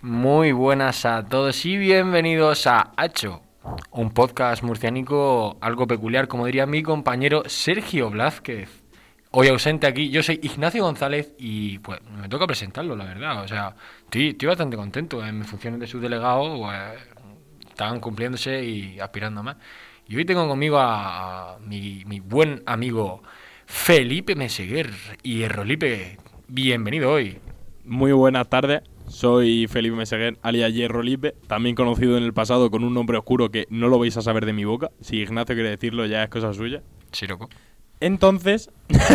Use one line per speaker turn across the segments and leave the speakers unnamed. Muy buenas a todos y bienvenidos a Hacho, un podcast murciánico algo peculiar, como diría mi compañero Sergio Blázquez. Hoy ausente aquí, yo soy Ignacio González y pues me toca presentarlo, la verdad. O sea, estoy, estoy bastante contento en mis funciones de subdelegado, pues, estaban cumpliéndose y aspirando a más. Y hoy tengo conmigo a, a mi, mi buen amigo Felipe Meseguer y Errolipe. Bienvenido hoy.
Muy buenas tardes, soy Felipe Meseguer, alias Hierro Lipe, también conocido en el pasado con un nombre oscuro que no lo vais a saber de mi boca. Si Ignacio quiere decirlo ya es cosa suya.
Sí, loco.
Entonces,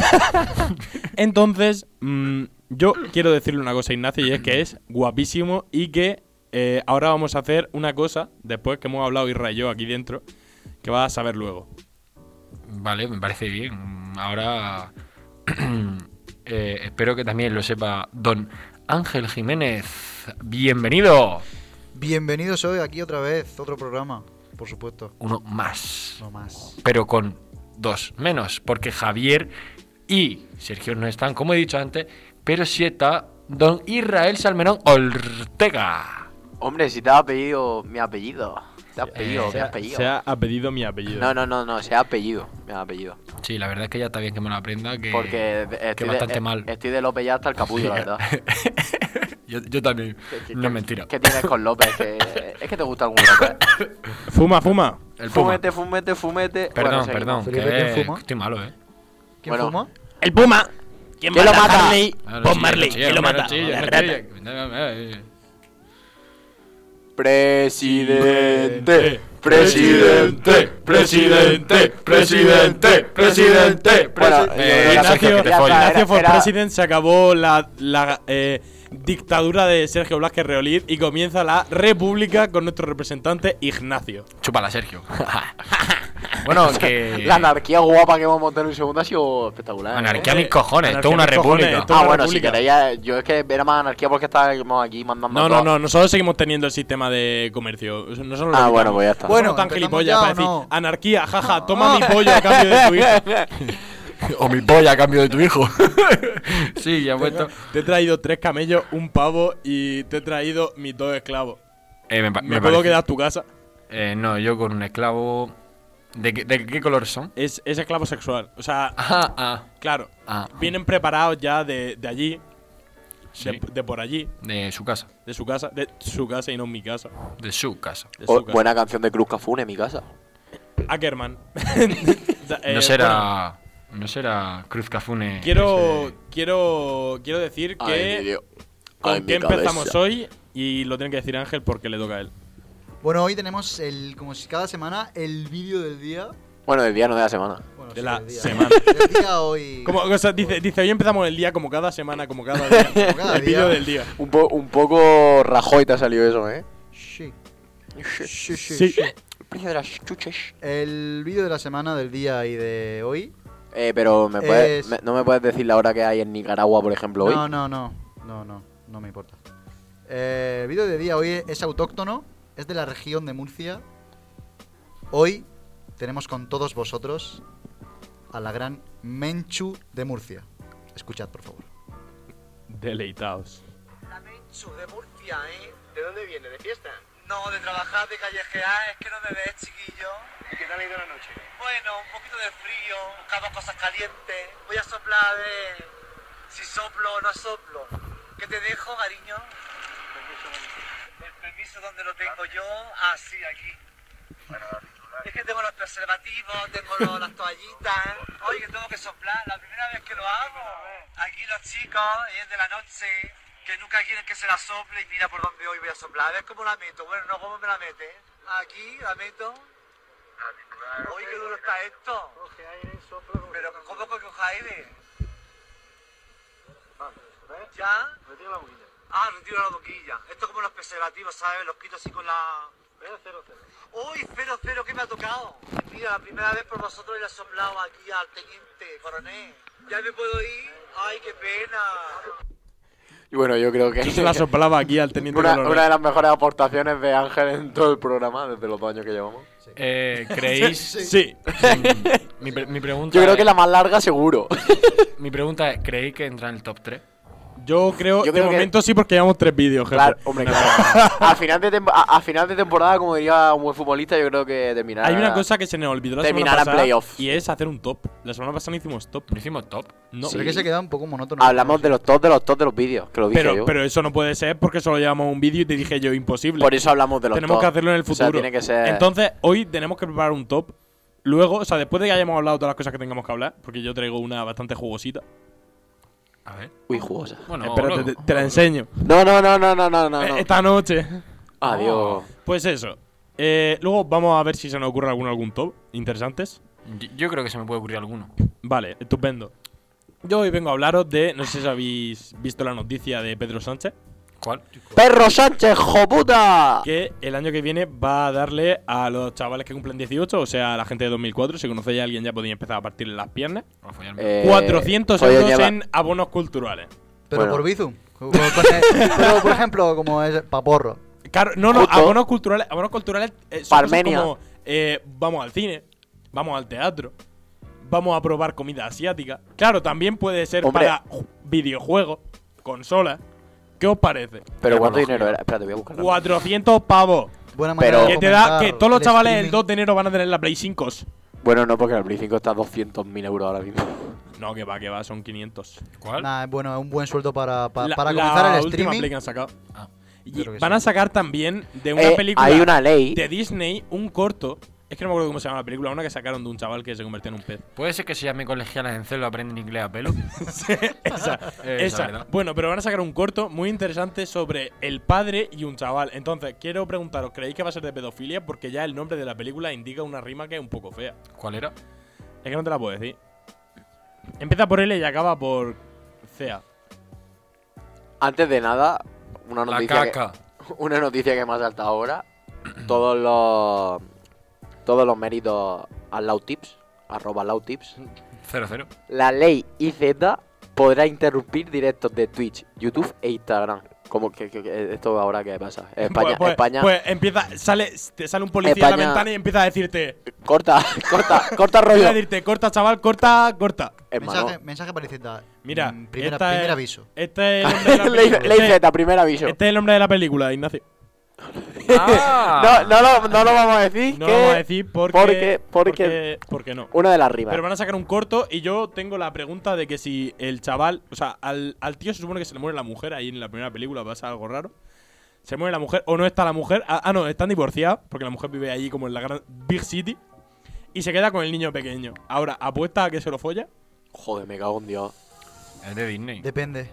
entonces, mm, yo quiero decirle una cosa a Ignacio y es que es guapísimo y que eh, ahora vamos a hacer una cosa, después que hemos hablado Irra y yo aquí dentro, que vas a saber luego.
Vale, me parece bien. Ahora eh, espero que también lo sepa don Ángel Jiménez. Bienvenido.
Bienvenidos hoy aquí otra vez, otro programa, por supuesto.
Uno más,
No más.
pero con dos menos, porque Javier y Sergio no están, como he dicho antes, pero sí está don Israel Salmerón Ortega.
Hombre, si te has apellido mi apellido. Te has
Eh,
apellido, mi
Se ha,
apellido.
se ha apellido mi apellido.
No, no, no, no, se ha apellido, mi apellido.
Sí, la verdad es que ya está bien que me lo aprenda, que,
Porque
que
estoy,
bastante
de, eh,
mal.
estoy de López ya hasta el capullo, la verdad.
yo, yo también. No es mentira.
¿Qué tienes con López? Que- es que te gusta algún López.
Fuma, fuma.
El Puma.
fumete, fumete, fumete.
Perdón,
Bueno, seguimos.
perdón,
Felipe,
que
¿quién fuma?
estoy malo, ¿eh?
¿Quién
Bueno.
fuma?
El Puma. ¿Quién,
¿Quién
mata
lo
a
mata?
Marley?
Ah, no,
Bob
sí,
Marley.
no, sí,
¿Quién lo
no,
mata?
no, sí,
La
no,
rata.
sí, no, no, no, no.
Presidente,
Presidente, presidente, presidente, presidente.
Bueno,
Eh,
yo creo que-
Sergio,
Ignacio,
que te follen.
era-
Ignacio for
era-
President se acabó la, la, eh, dictadura de Sergio Blasquez Reolid y comienza la república con nuestro representante Ignacio.
Chúpala, Sergio. bueno, que.
La anarquía guapa que hemos montado en un segundo ha sido espectacular. ¿eh?
Eh. Anarquía a mis cojones,
Anarquía
esto es una
a mis cojones,
república.
esto-
Ah,
toda
bueno, si
república.
queréis, eh, yo es que era más anarquía porque estábamos aquí mandando.
No, no,
todo-
no, nosotros seguimos teniendo el sistema de comercio. Nosotros lo
Ah,
quitamos.
bueno, pues ya está.
Bueno,
Bueno,
tan
¿empezamos
gilipollas
ya
para
o
decir
no?
anarquía, jaja, toma mi pollo a cambio de tu hija.
o mi polla a cambio de tu hijo. sí, ya he puesto.
Te he traído tres camellos, un pavo y te he traído mis dos esclavos.
Eh, me pa-
¿Me,
me
puedo
parece.
quedar tu casa?
Eh, no, yo con un esclavo. ¿De qué, de qué color son?
Es, es esclavo sexual. O sea,
Ajá, ah,
claro,
ah.
vienen preparados ya de, de allí, de,
Sí,
de por allí,
de su casa.
de su casa, de su casa y no mi casa.
De su casa.
De
Oh,
su casa.
buena canción de Cruz Cafún en mi casa.
Ackerman. Da- eh,
no será.
bueno,
No será Cruz Cafune.
quiero,
ese-
quiero, quiero decir
Ay, mi
que
Dios. Ay,
con
mi
qué empezamos
cabeza.
hoy y lo tiene que decir Ángel porque le toca a él.
Bueno, hoy tenemos el, como si cada semana, el vídeo del día.
Bueno, del día no de la semana.
Bueno,
De
sí,
la
del día.
semana.
El día
Mm.
hoy.
Como, o sea, dice, dice, hoy empezamos el día como cada semana, como cada día.
Como cada
el vídeo
día.
del día.
Un, po- un poco Rajoy te ha salido eso, ¿eh?
Sí,
El
sí, sí,
Sí.
sí.
precio de las chuches.
El vídeo de la semana, del día y de hoy.
Eh, pero ¿me puedes,
Es-
me- no me puedes decir la hora que hay en Nicaragua, por ejemplo, hoy.
No, no, no. No, no. No me importa. Eh, el vídeo de día hoy es autóctono. Es de la región de Murcia. Hoy tenemos con todos vosotros a la gran Menchu de Murcia. Escuchad, por favor.
Deleitaos.
La Menchu de Murcia, ¿eh? ¿De dónde viene? ¿De fiesta? No, de trabajar, de callejear, es que no me ves, chiquillo. ¿Y qué tal ha ido la noche? Bueno, un poquito de frío, buscamos cosas calientes. Voy a soplar a ver si soplo o no soplo. ¿Qué te dejo, cariño? El permiso Ah. donde lo tengo yo, así aquí. Es que tengo los preservativos, tengo los- las toallitas. ¿eh? Oye, que tengo que soplar, la primera vez que lo hago. Aquí los chicos, es de la noche, que nunca quieren que se la sople y mira por dónde hoy voy a soplar. A ver cómo la meto. Bueno, no, cómo me la mete. Aquí la meto. Oye, qué duro está esto. Pero ¿cómo que coge aire? ¿Ya? Retiro la boquilla. Ah, retiro la boquilla. Esto es como los preservativos, ¿sabes? Los quito así con la... cero, cero. ¡Uy, cero, cero! ¿Qué me ha tocado? Mira, la primera vez por vosotros le he soplado aquí al teniente, coronel. ¿Ya me puedo ir? ¡Ay, qué pena!
Y bueno, yo creo que
Yo se la soplaba aquí al teniente
una,
Colorado.
una de las mejores aportaciones de Ángel en todo el programa desde los dos años que llevamos.
Eh, ¿Creéis?
Sí.
mi, pre- mi pregunta
Yo creo que
es-
la más larga, seguro.
mi pregunta es: ¿creéis que entra en el top 3?
Yo creo, de
Yo creo que-
momento sí, porque llevamos tres vídeos, jefe.
Claro, hombre, claro. a, final de tempo- a, a final de temporada, como diría un buen futbolista, yo creo que terminará.
Hay una cosa que se nos olvidó la
Ah, Terminar
semana
a
pasada
playoffs.
y es hacer un top. La semana pasada no hicimos top.
¿No hicimos top?
No,
Sí.
Pero que se queda un poco monótono.
Hablamos de los top, de los top de los vídeos, que lo dije
pero,
yo.
pero eso no puede ser porque solo llevamos un vídeo y te dije yo imposible.
Por eso hablamos de los
tenemos
top.
que hacerlo en el
O sea,
futuro.
tiene que ser.
Entonces, hoy tenemos que preparar un top. Luego, o sea, después de que hayamos hablado todas las cosas que tengamos que hablar, porque yo traigo una bastante jugosita. Eh,
A ver.
Uy, jugosa.
Bueno,
Espérate,
luego.
te, te la enseño.
No, no, no, no, no, no. no.
Eh, Esta noche.
Adiós.
Pues eso. Eh, luego vamos a ver si se nos ocurre algún, algún top interesantes.
Yo- Yo creo que se me puede ocurrir alguno.
Vale, estupendo. Yo hoy vengo a hablaros de, no sé si habéis visto la noticia de Pedro Sánchez,
¿Cuál?
¡Perro Sánchez, joputa!
que el año que viene va a darle a los chavales que cumplen 18, o sea, a la gente de 2004, si conocéis a alguien ya podéis empezar a partirle las piernas,
A follarme.
Eh,
400
Follón
euros
lleva-
en abonos culturales.
Pero
Bueno.
por Bizum. Como- como- Pero, por ejemplo, como es Paporro.
Claro, no, no,
Justo.
abonos culturales, abonos culturales eh, son cosas
Parmenia.
como eh, vamos al cine, vamos al teatro, vamos a probar comida asiática. Claro, también puede ser
Hombre.
para ju- videojuegos, consolas. ¿Qué os parece?
Pero ¿cuánto
Tecnología.
dinero era? Espérate, voy a buscarlo.
400 pavos.
Buena manera
Pero-
de
Que te da
fomentar
que todos los
el
chavales el
streaming.
2 de enero van a tener la Play 5.
Bueno, no, porque el Play 5 está a 200.000 euros ahora mismo.
No, que va, que va, son 500.
¿Cuál?
Nah, bueno, es un buen sueldo para, pa-
La-
para
la
comenzar el
última Play
streaming.
que han sacado.
Ah,
Y
creo que
van
sí.
a sacar también de una
Eh,
película
Hay una ley.
de Disney un corto. Es que no me acuerdo cómo se llama la película, una que sacaron de un chaval que se convirtió en un pez.
¿Puede ser que se llame colegialas en celo aprenden inglés a pelo?
Esa, esa.
¿verdad?
Bueno, pero van a sacar un corto muy interesante sobre el padre y un chaval. Entonces, quiero preguntaros, ¿creéis que va a ser de pedofilia? Porque ya el nombre de la película indica una rima que es un poco fea.
¿Cuál era?
Es que no te la puedo decir. Empieza por L y acaba por CEA.
Antes de nada, una
La
noticia, que,
caca.
una noticia que me ha saltado ahora. Todos los todos los méritos a Lautips, arroba Lautips.
Cero, cero.
La ley IZ podrá interrumpir directos de Twitch, YouTube e Instagram. Como que, que- que- esto ahora que pasa.
pues,
España,
pues-
España.
pues empieza, sale, te sale un policía en la
España- Eh,
ventana y empieza a decirte.
Corta, corta, corta rollo.
Empieza a decirte, corta, chaval, corta, corta.
Hermano.
Mensaje, mensaje para Iceta.
Mira,
Mm, primera-
esta es-
primer aviso.
Este es el nombre de la
ley
película.
ley
Este-
Z, primer aviso.
este es el nombre de la película, Ignacio.
¡Ah!
No, no, lo, no lo vamos a decir.
No
que
lo vamos a decir porque.
porque- porque-
porque- porque no.
Una de las rimas.
Pero van a sacar un corto y yo tengo la pregunta de que si el chaval, o sea, al, al tío se supone que se le muere la mujer, ahí en la primera película pasa algo raro. Se muere la mujer o no está la mujer. Ah, ah, no, están divorciadas porque la mujer vive allí como en la gran Big City y se queda con el niño pequeño. Ahora, apuesta a que se lo folla.
Joder, me cago en Dios.
Es de Disney.
Depende.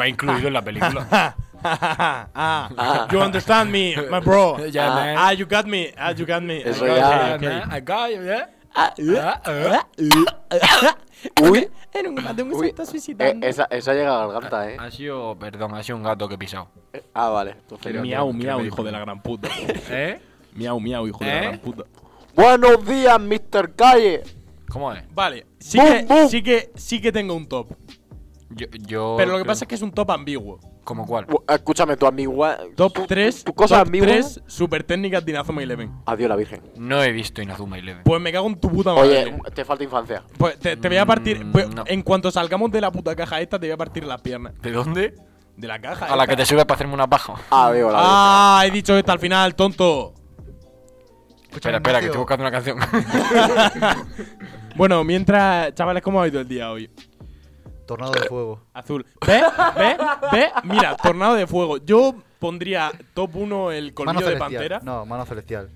Va incluido en la película.
Ah, ah, ah, ah. you understand me, my bro.
Ya, man.
ah, you got me. Ah, you got me. ¿Eh?
Eso
Ok,
ya.
Ah, ok.
I got you, yeah. Ah, ah.
Uy,
¿eh? Era un gato que se
uy.
está
Eh,
suicidando. Ah,
esa, esa llega a la garganta, eh.
Ha sido, perdón, ha sido un gato que he pisado.
Ah, vale. Entonces,
Pero-
Miau,
Creo que
miau,
dijo
hijo de la
no.
gran puta.
¿Eh?
Miau, miau, hijo de
¿Eh?
la gran puta.
Buenos días, Mr. Calle.
¿Cómo es?
Vale, sí,
Bum,
que,
bum.
sí que sí que tengo un top.
Yo, yo
Pero lo que pasa es que es un top ambiguo.
¿Como cuál?
Bu- Escúchame, tu amigua.
Top
tu-
3,
Tu, tu cosa
top
ambigua.
3 super técnicas de Inazuma Eleven.
Adiós, la Virgen.
No he visto Inazuma Eleven.
Pues me cago en tu puta madre.
Oye, te falta infancia.
pues te, te voy a partir.
Mm,
pues
no.
En cuanto salgamos de la puta caja esta, te voy a partir las piernas.
¿De dónde?
De la caja.
A la
esta.
que te sube para hacerme una paja.
Adiós, la Virgen.
Ah, he dicho esta al final, tonto.
Espera,
Escúchame,
espera, que estoy
Ignacio,
buscando una canción.
Bueno, mientras, chavales, ¿cómo ha ido el día hoy?
Tornado de fuego.
Azul. ¿Ve? ¿Ve? ¿Ve? Mira, tornado de fuego. Yo pondría top 1 el
Mano
colmillo de
celestial.
pantera.
No, mano celestial.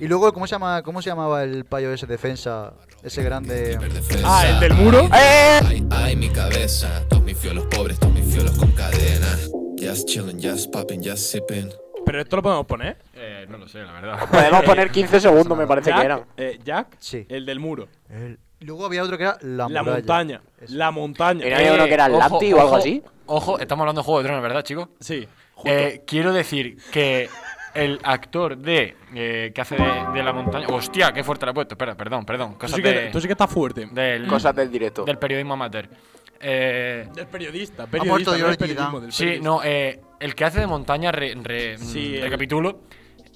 Y luego, ¿cómo se, llama, ¿cómo se llamaba el payo ese defensa? Ese grande.
Ah, el del muro.
Eh,
Ay, ay, mi cabeza. Todos mis fiolos pobres, todos mis fiolos con cadena. Just chillin', just poppin', just sippin'.
Pero esto lo podemos poner.
eh, no lo sé, la verdad.
Podemos poner 15 segundos, me parece que
Jack,
eran.
eh, Jack,
Sí.
el del muro.
El- Luego había otro que era
La
la, muralla.
montaña.
Eso.
La montaña.
Era había uno que era
ojo,
Atlantis o algo
ojo,
así.
Ojo, estamos hablando de Juego de Tronos, ¿verdad, chicos?
Sí.
Eh, quiero decir que el actor de eh, que hace de, de la montaña. Hostia, qué fuerte la he puesto. Espera, perdón, perdón.
Tú
Cosas
sí, que,
de-
tú sí que estás fuerte.
del,
Cosas del directo.
del periodismo amateur. Eh,
Del periodista.
muerto
periodista no
George
del periodismo,
Dan.
del
sí,
periodista.
no, eh, el que hace de montaña, re- re-
Sí,
mm,
el-
recapitulo.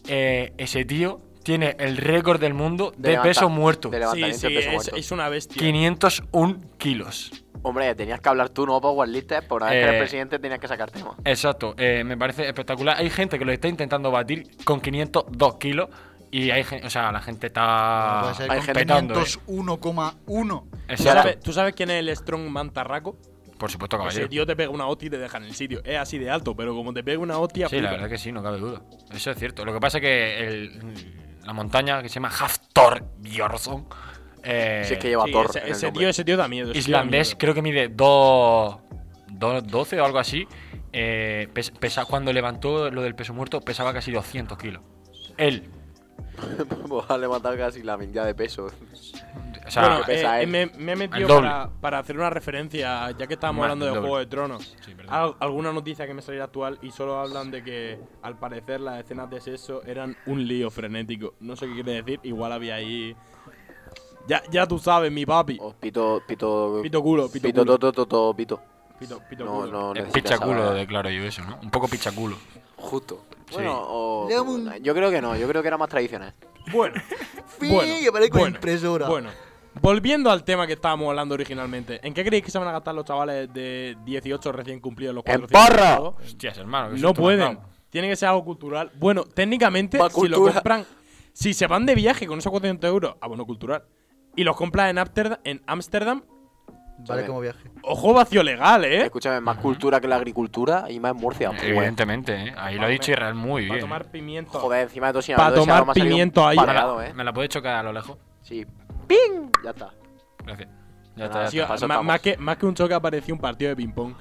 eh, ese tío Tiene el récord del mundo de,
levanta-
peso muerto.
de
Sí,
levantamiento
sí,
de peso
es,
muerto.
es una bestia.
501 kilos.
Hombre, tenías que hablar tú, no Power Lister, por una vez que
Eh,
eres presidente tenías que sacar tema.
Exacto, eh, me parece espectacular. Hay gente que lo está intentando batir con 502 kilos y hay gente, o sea, la gente está
Puede ser
hay
con
gente
petando, Ah, eh.
501,1.
¿Tú
Exacto,
sabes, tú sabes quién es el Strong Mantarraco?
por supuesto, caballero.
Ese tío te pega una hostia y te deja en el sitio. Es así de alto, pero como te pega una hostia,
Sí, la
flipa.
verdad que sí, no cabe duda. Eso es cierto. Lo que pasa es que el- la montaña que se llama Haftor Björnsson, eh,
si es que lleva
Sí,
Thor
ese,
en el
ese
nombre.
tío, ese tío da miedo. ese tío da
islandés,
miedo.
creo que mide 2, 12 o algo así. eh, pes- pesa- cuando levantó lo del peso muerto, pesaba casi 200 kilos. Él.
Pues ha levantado casi la mitad de peso.
O sea,
bueno,
que pesa
eh,
él.
me, me he metido
El doble.
para, para hacer una referencia, ya que estábamos
Más
hablando de
doble.
Juego de Tronos.
perdón.
Al- alguna noticia que me saliera actual y solo hablan de que, al parecer, las escenas de sexo eran un lío frenético. No sé qué quiere decir, igual había ahí. Ya, ya tú sabes, mi papi.
O Oh, pito, pito.
Pito culo, pito
Pito,
culo.
toto, toto, pito.
Pito, pito
No,
culo.
no,
es
necesitas
pichaculo,
saber.
declaro yo eso, ¿no? Un poco pichaculo.
Justo.
Sí.
Bueno, o-
Le damos un-
Yo creo que no, yo creo que era más tradicional.
Bueno,
Sí, que parezco impresora.
Bueno, volviendo al tema que estábamos hablando originalmente, ¿en qué creéis que se van a gastar los chavales de 18 recién cumplidos los
¡En
400
porro!
pavos?
Hostias, hermano. qué susto
No
me has
pueden.
dado.
Tiene que ser algo cultural. Bueno, técnicamente,
Pa'
si lo
cultura.
compran, si se van de viaje con esos 400 euros, abono cultural, y los compras en Ámsterdam, en Ámsterdam,
Vale, como viaje.
ojo vacío legal, ¿eh?
Escúchame, más cultura que la agricultura y más en Murcia. pues.
Evidentemente, ¿eh? ahí lo ha dicho Israel muy
Para
bien.
tomar pimiento.
Joder, encima de todo, si
Pa'
hablo de ese
tomar
aroma, salió un
pimiento ahí.
pareado, eh.
Me la puede chocar a lo lejos.
Sí. ¡Ping! Ya está.
Gracias. Ya
Nada,
está, ya
Sí,
está.
Paso
más,
estamos.
más que, más que un choque apareció un partido de ping-pong.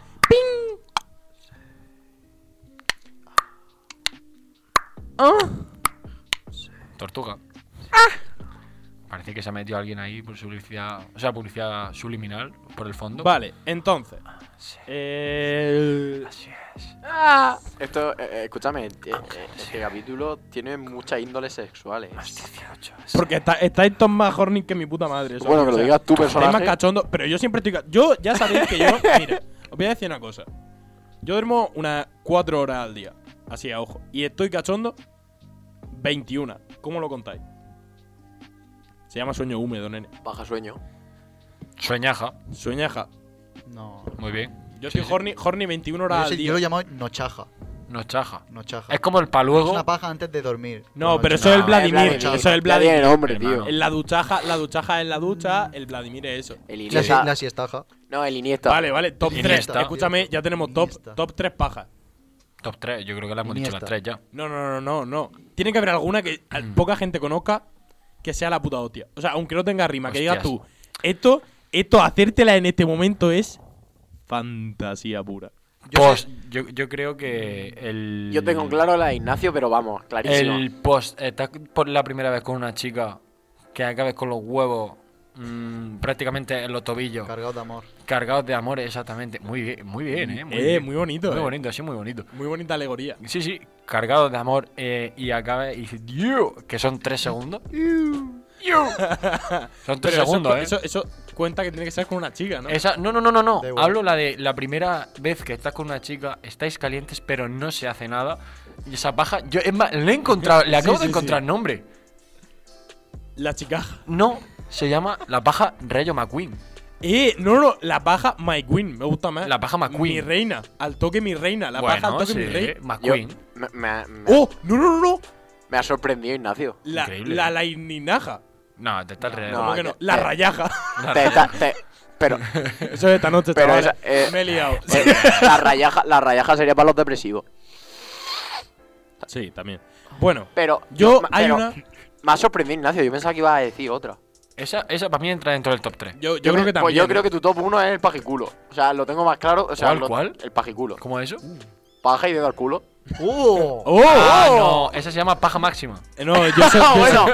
Tortuga.
Ah.
Parece que se ha metido alguien ahí por publicidad, o sea, publicidad subliminal por el fondo.
Vale, entonces. eh,
Esto, eh, eh, escúchame, eh, eh, este capítulo tiene muchas índoles sexuales.
Porque está, estáis todos más horny que mi puta madre. ¿sabes?
Bueno, que lo
O sea,
digas tú,
estáis
personaje.
más cachondo. Pero yo siempre estoy. ca- Yo, ya sabéis que yo. Mira, os voy a decir una cosa. Yo duermo unas 4 horas al día. Así a ojo. Y estoy cachondo 21. ¿Cómo lo contáis? Se llama sueño húmedo, nene.
Baja sueño.
Sueñaja.
Sueñaja.
No.
Muy bien.
Yo
Sí,
estoy
sí.
horny, horny 21
Yo,
horas
sé-
al
yo
día.
lo llamo nochaja.
No chaja.
Nochaja.
Es como el
Es
paluego.
una paja antes de dormir.
No,
Por la
pero
noche.
eso es el
No,
Vladimir.
Vladimir.
Eso es el
Ya tiene
Vladimir.
nombre, tío.
Hermano.
La duchaja, la duchaja es la ducha. El Vladimir es eso.
El
La,
Iniesta.
si- la siestaja.
No, el Iniesta.
Vale, vale. Top 3.
Iniesta.
Escúchame, ya tenemos top,
Iniesta.
top 3 pajas.
Top 3. Yo creo que la hemos dicho las
Iniesta.
3 ya.
No, no, no, no, no. Tiene que haber alguna que al- poca gente conozca que sea la puta hostia. O sea, aunque no tenga rima, que digas tú,
Hostias.
esto, esto, hacértela en este momento es fantasía pura.
Post- yo, yo creo que el.
Yo tengo claro la de Ignacio, pero vamos, clarísimo.
El post. Estás por la primera vez con una chica que acabes con los huevos mm, prácticamente en los tobillos.
Cargado de amor.
Cargados de amor, exactamente. Muy bien, muy bien, ¿eh?
Eh,
bien.
muy bonito,
Muy
eh.
bonito, sí, muy bonito.
Muy bonita alegoría.
Sí, sí, cargados de amor eh, y acaba y dice, "Diu", que son tres segundos. Diu. son tres
eso-
segundos, ¿eh?
eso, eso cuenta que tiene que ser con una chica, ¿no?
Esa- no, no, no, no, no.
Da igual.
Hablo la de la primera vez que estás con una chica, estáis calientes, pero no se hace nada. Y esa paja, yo, es más, le he encontrado, le acabo
sí,
de
sí.
encontrar nombre.
La chica.
No, se llama la paja Rayo McQueen.
Eh, no, no, la paja My Queen, me gusta más.
La paja McQueen.
Mi reina, al toque mi reina, la paja al
bueno,
toque
sí,
mi reina.
Yo-
McQueen.
me, me ha- me ha-
¡Oh! No, no, no, no.
me ha sorprendido Ignacio.
La,
Increíble.
la, la ininaja.
No, te estás riendo.
No,
¿Cómo que
ya-
no? La
eh.
rayaja.
Te- ta- te- pero
Eso es esta noche,
Pero
chavales.
esa- eh,
Me he liado.
eh, la, rayaja, la rayaja sería para los depresivos.
Sí, también. Bueno,
Pero
Yo-
me-
hay
pero
una-
Me ha sorprendido Ignacio, yo pensaba que iba a decir otra.
Esa, esa para mí entra dentro del top 3.
yo, yo,
me-
creo que también.
Pues yo
¿eh?
creo que tu top 1 es el pajiculo. O sea, lo tengo más claro. O sea,
¿Cuál,
lo-
cuál?
El pajiculo.
¿Cómo es eso?
Paja y dedo al culo.
¡Oh!
¡Oh!
Ah, no, esa se llama paja máxima.
Eh, no, yo, so- yo so-
bueno.